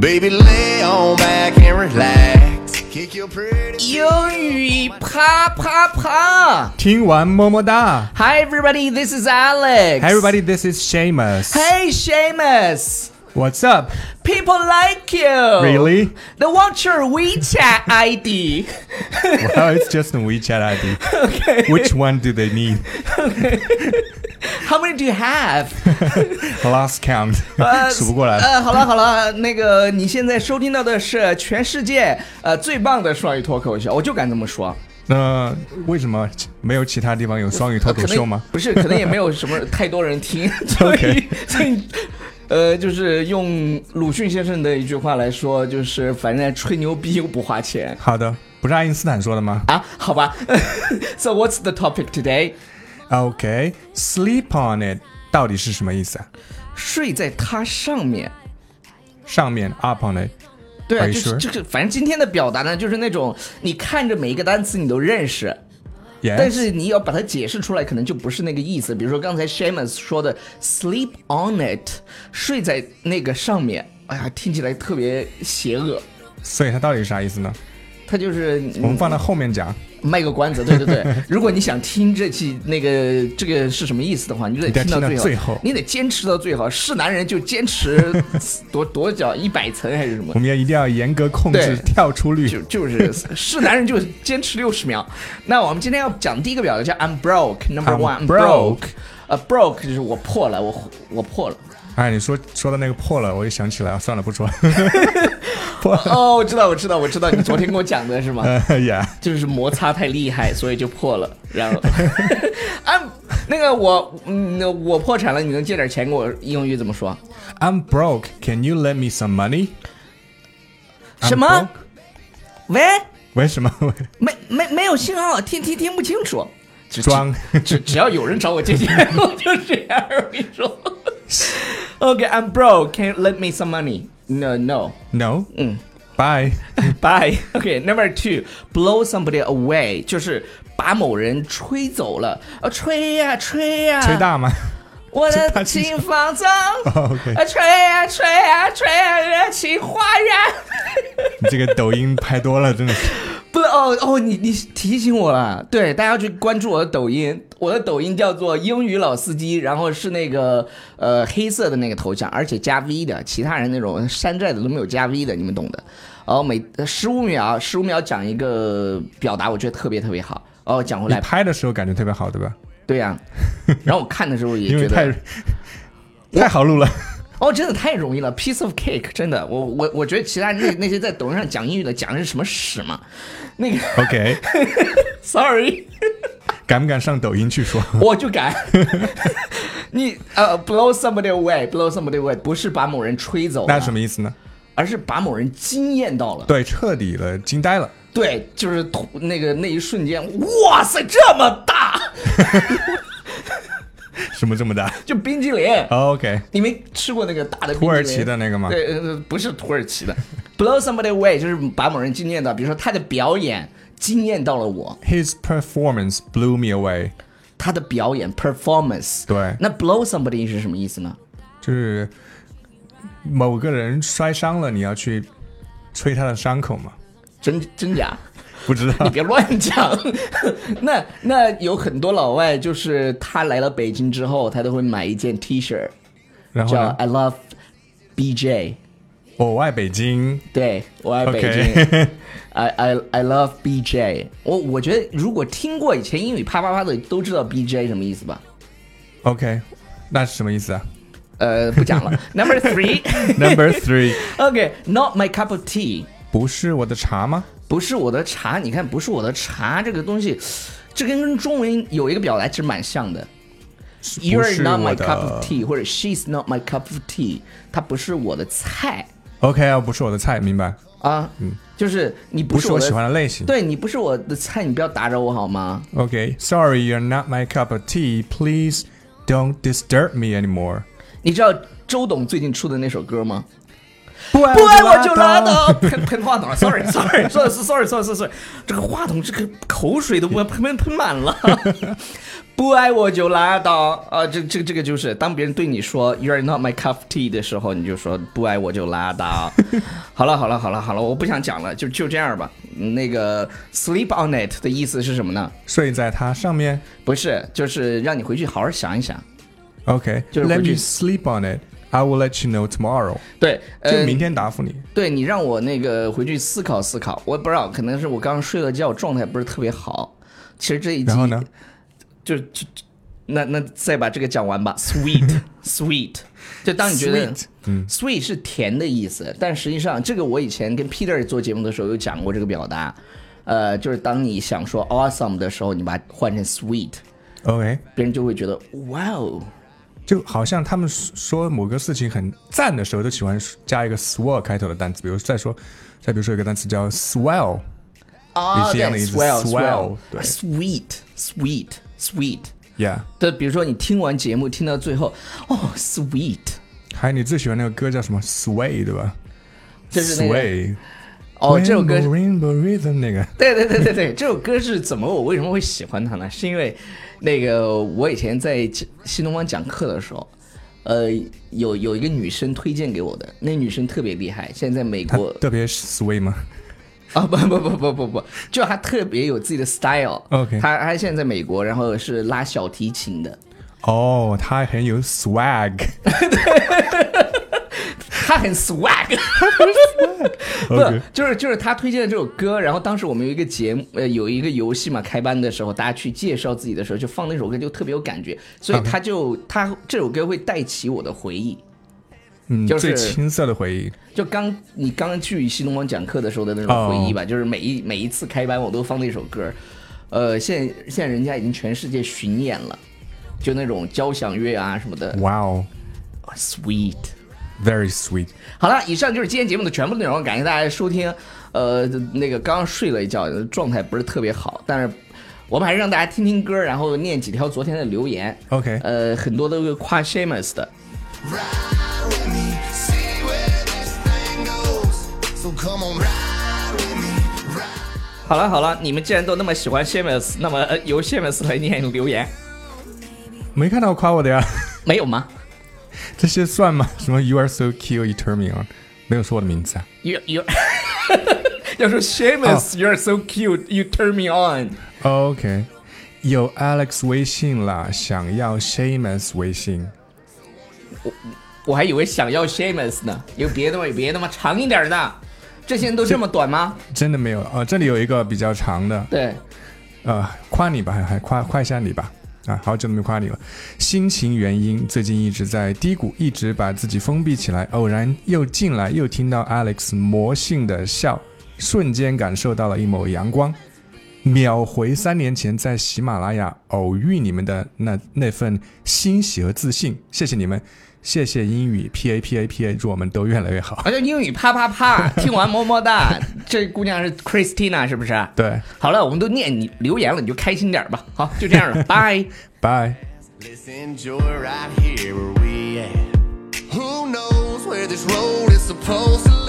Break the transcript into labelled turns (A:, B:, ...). A: Baby, lay on back and relax. Kick your pretty.
B: 英语啪啪啪
C: 听完么么哒。
B: ！Hi everybody, this is Alex.
C: Hey everybody, this is Seamus.
B: Hey Seamus.
C: what's up?
B: People like you.
C: Really?
B: They want your WeChat ID.
C: Well, it's just a WeChat ID. okay. Which one do they need?
B: How many do you have?
C: Last count，数 不过来。
B: 呃，好了好了，那个你现在收听到的是全世界呃最棒的双语脱口秀，我就敢这么说。
C: 那为什么没有其他地方有双语脱口
B: 可
C: 秀
B: 能
C: 吗？
B: 不是，可能也没有什么太多人 听，所以
C: OK
B: 所以。呃，就是用鲁迅先生的一句话来说，就是反正吹牛逼又不花钱
C: 好的，不是爱因斯坦说的吗
B: 啊，好吧。so what's the topic today？Uh.
C: ？OK，sleep、on it 到底是什么意思啊？
B: 睡在它上面。
C: 上面 up on it，
B: 对啊，
C: Are
B: 就
C: you
B: 是
C: sure？
B: 就是，反正今天的表达呢，就是那种你看着每一个单词你都认识，
C: yes，
B: 但是你要把它解释出来，可能就不是那个意思。比如说刚才 Shamus 说的 “sleep on it”，睡在那个上面，哎呀，听起来特别邪恶。
C: 所以它到底是啥意思呢？
B: 它就是嗯
C: 我们放到后面讲。
B: 卖个关子，对 对对。如果你想听这期那个这个是什么意思的话，你就得
C: 你得
B: 到
C: 听到
B: 最后，
C: 最后
B: 你得坚持到最后。是男人就坚持多多少一百层还是什么
C: 我？们要一定要严格控制
B: 对
C: 跳出率。
B: 就就是是男人就坚持六十秒。那我们今天要讲第一个表格叫 I'm broke number
C: I'm
B: one
C: broke
B: 呃 broke 就是我破了，我我破了。
C: 哎，你说说到那个破了，我就想起来了，算了，不说了。
B: 哦，我知道，我知道，我知道，你昨天跟我讲的是 吗？
C: 呃呀，
B: 就是摩擦太厉害，所以就破了。然后， 啊，那个我，嗯，那我破产了，你能借点钱给我？英语怎么说？
C: I'm broke. Can you lend me some money? I'm
B: 什么
C: broke.？
B: 喂，
C: 为什么？
B: 没没没有信号，听听听不清楚。只
C: 装
B: 只只只要有人找我借钱， 我就这样。我跟你说，Okay, I'm broke. Can you lend me some money? No, no.
C: No. 嗯。Bye.
B: 啊 Bye. Okay, number two, blow somebody away，就是把某人吹走了。啊，吹呀、吹呀、
C: 吹 大吗？
B: 我
C: 这
B: 的
C: 大气
B: 琴房 中，
C: 哦，OK
B: 啊吹啊吹啊吹啊，热情花园。
C: 你这个抖音拍多了，真的是。
B: 不是哦哦，你你提醒我了，对，大家要去关注我的抖音，我的抖音叫做英语老司机，然后是那个呃黑色的那个头像，而且加 V 的，其他人那种山寨的都没有加 V 的，你们懂的。哦，每十五秒十五秒讲一个表达，我觉得特别特别好。哦，讲回
C: 你
B: 来，
C: 拍的时候感觉特别好，对吧？
B: 对 呀、然后我看的时候也
C: 因
B: 觉
C: 为
B: 得
C: 太太好录了。
B: 哦，真的太容易了，piece of cake，真的，我我我觉得其他那那些在抖音上讲英语的讲的是什么屎嘛？那个
C: OK，
B: ，sorry，
C: 敢不敢上抖音去说？
B: 我就敢，你呃、blow somebody away，blow somebody away，不是把某人吹走，
C: 那是什
B: 么？
C: 么意思呢？
B: 而是把某人惊艳到了，
C: 对，彻底的惊呆了。
B: 对，就是突那个那一瞬间，哇塞，这么大，
C: 什么这么大
B: 就冰激凌。
C: ？OK，
B: 你没吃过那个大的
C: 土耳
B: 冰淇淋
C: 其的那个吗
B: 对，呃不是土耳其的 ，blow somebody away 就是把某人惊艳到，比如说他的表演惊艳到了我，
C: His performance blew me away，
B: 他的表演 performance。
C: 对
B: 那 blow somebody 是什么意思呢？
C: 就是某个人摔伤了，你要去吹他的伤口吗？
B: 真真假？
C: 不知
B: 你
C: 道，
B: 别乱讲。那那有很多老外，就是他来了北京之后，他都会买一件 T 恤，
C: 然后
B: 叫
C: 呢？
B: I love BJ。
C: 我爱北京，
B: 对，我爱北
C: OK
B: 京。I I I love BJ 我。我觉得如果听过以前英语啪啪啪的，都知道 BJ 什么意思吧？
C: OK，那是什么意思啊
B: 呃，不讲了。Number three，
C: ？Number three，
B: OK，not、my cup of tea，
C: 不是我的茶吗？
B: 不是我的茶。你看，不是我的茶这个东西，这跟跟中文有一个表达其实蛮像的。
C: 不
B: You're
C: 是
B: not
C: 我
B: my
C: 的
B: cup of tea，或者 She's not my cup of tea，它不是我的菜
C: OK 啊，不是我的菜，明白？
B: 啊，就是你不
C: 嗯不
B: 是
C: 是
B: 我
C: 我
B: 的
C: 喜欢的类型。
B: 对你不是我的菜，你不要打扰我好吗？
C: OK，Sorry，you're not my cup of tea. Please don't disturb me anymore.
B: 你知道周董最近出的那首歌吗？
C: 不爱
B: 不爱我
C: 我
B: 就拉倒，喷 喷话筒了，sorry sorry，说的是 sorry sorry sorry，这个话筒这个口水都喷喷喷满了， 不爱我就拉倒啊，这这这个就是当别人对你说 you're not my cup of tea 的时候，你就说不爱我就拉倒。 好了好了好了好了，我不想讲了，就就这样吧。那个 sleep on it 的意思是什么呢？
C: 睡在它上面。
B: 不是，就是让你回去好好想一想。
C: OK，
B: 就是
C: Let
B: 回去
C: me sleep on it. I will let you know tomorrow.
B: 对，
C: 就
B: 呃，
C: 明天答复你。
B: 对你让我那个回去思考思考，我不知道，可能是我刚刚睡了觉，状态不是特别好。其实这一集
C: 然后呢？
B: 就就就那那再把这个讲完吧。Sweet sweet，就当你觉得
C: Sweet，嗯
B: sweet 是甜的意思，但实际上这个我以前跟 Peter 做节目的时候有讲过这个表达，呃，就是当你想说 awesome 的时候，你把它换成 sweet，
C: OK，
B: 别人就会觉得哇哦。
C: 就好像他们说某个事情很赞的时候，都喜欢加一个 swell 开头的单词，比如再说，再比如说有个单词叫 swell，
B: 啊，
C: 是一
B: 对
C: 样的意思
B: ，swell
C: swell，对
B: sweet sweet sweet。
C: Yeah，
B: 对，比如说你听完节目听到最后，哦，sweet，
C: 还有你最喜欢那个歌叫什么 sway 对吧？
B: 就是那个
C: sway。
B: 哦，这首歌
C: Rainbow,，Rainbow Rhythm 那个
B: 对对对对对，这首歌是怎么我为什么会喜欢它呢？是因为那个我以前在新东方讲课的时候，呃，有有一个女生推荐给我的，那女生特别厉害，现在在美
C: 它
B: 国
C: 特别 sway 吗？
B: 啊不不不不不不，就她特别有自己的 style。
C: OK
B: 她她现在在美国，然后是拉小提琴的，
C: 哦，它很有 swag。
B: 她很 swag。
C: OK，
B: 不，就是就是他推荐的这首歌，然后当时我们有一个节目，呃，有一个游戏嘛，开班的时候大家去介绍自己的时候，就放那首歌，就特别有感觉，所以他就他这首歌会带起我的回忆，
C: 嗯，
B: 就是
C: 最青涩的回忆。
B: 就刚你刚去新东方讲课的时候的那种回忆吧，就是每一每一次开班我都放那首歌，呃，现现在人家已经全世界巡演了，就那种交响乐啊什么
C: 嗯
B: 的
C: Wow，very
B: ，sweet。
C: sweet。
B: 好了，以上就是今天节目的全部内容，感谢大家收听。呃，那个刚刚睡了一觉，状态不是特别好，但是我们还是让大家听听歌，然后念几条昨天的留言。
C: OK，
B: 呃，很多都是夸 Shamus 的。
A: Ride with me, see where this thing goes. So come on, ride with me, ride.
B: 好了好了，你们既然都那么喜欢 Shamus，那么、呃由 Shamus 来念留言，
C: 没看到夸我的呀，
B: 没有吗
C: 这些算吗？ 什么 You are so cute, you turn me on，没有啊说我的名字啊。
B: ？You you 要说 Shamus，you're、so cute，you turn me on。
C: OK，有 Alex 微信啦，想要 Shamus 微信。
B: 我还以为想要 Shamus 呢，有别的吗？有别的吗？长一点的，这些人都这么短吗？
C: 真的没有，呃，这里有一个比较长的，
B: 对。
C: 呃，夸你吧，还还夸夸一下你吧，啊，好久都没夸你了。心情原因，最近一直在低谷，一直把自己封闭起来，偶然又进来，又听到 Alex 魔性的笑，瞬间感受到了一抹阳光，秒回三年前在喜马拉雅偶遇你们的那那份欣喜和自信，谢谢你们，谢谢英语 P A P A P A，祝我们都越来越好。
B: 而且啊英语啪啪啪，听完么么哒。这姑娘是 Christina 是不是？
C: 对，
B: 好了，我们都念你留言了，你就开心点儿吧。好，就这样了， 拜。
C: 拜。
A: Let's enjoy right here where we at. Who knows where this road is supposed to lead?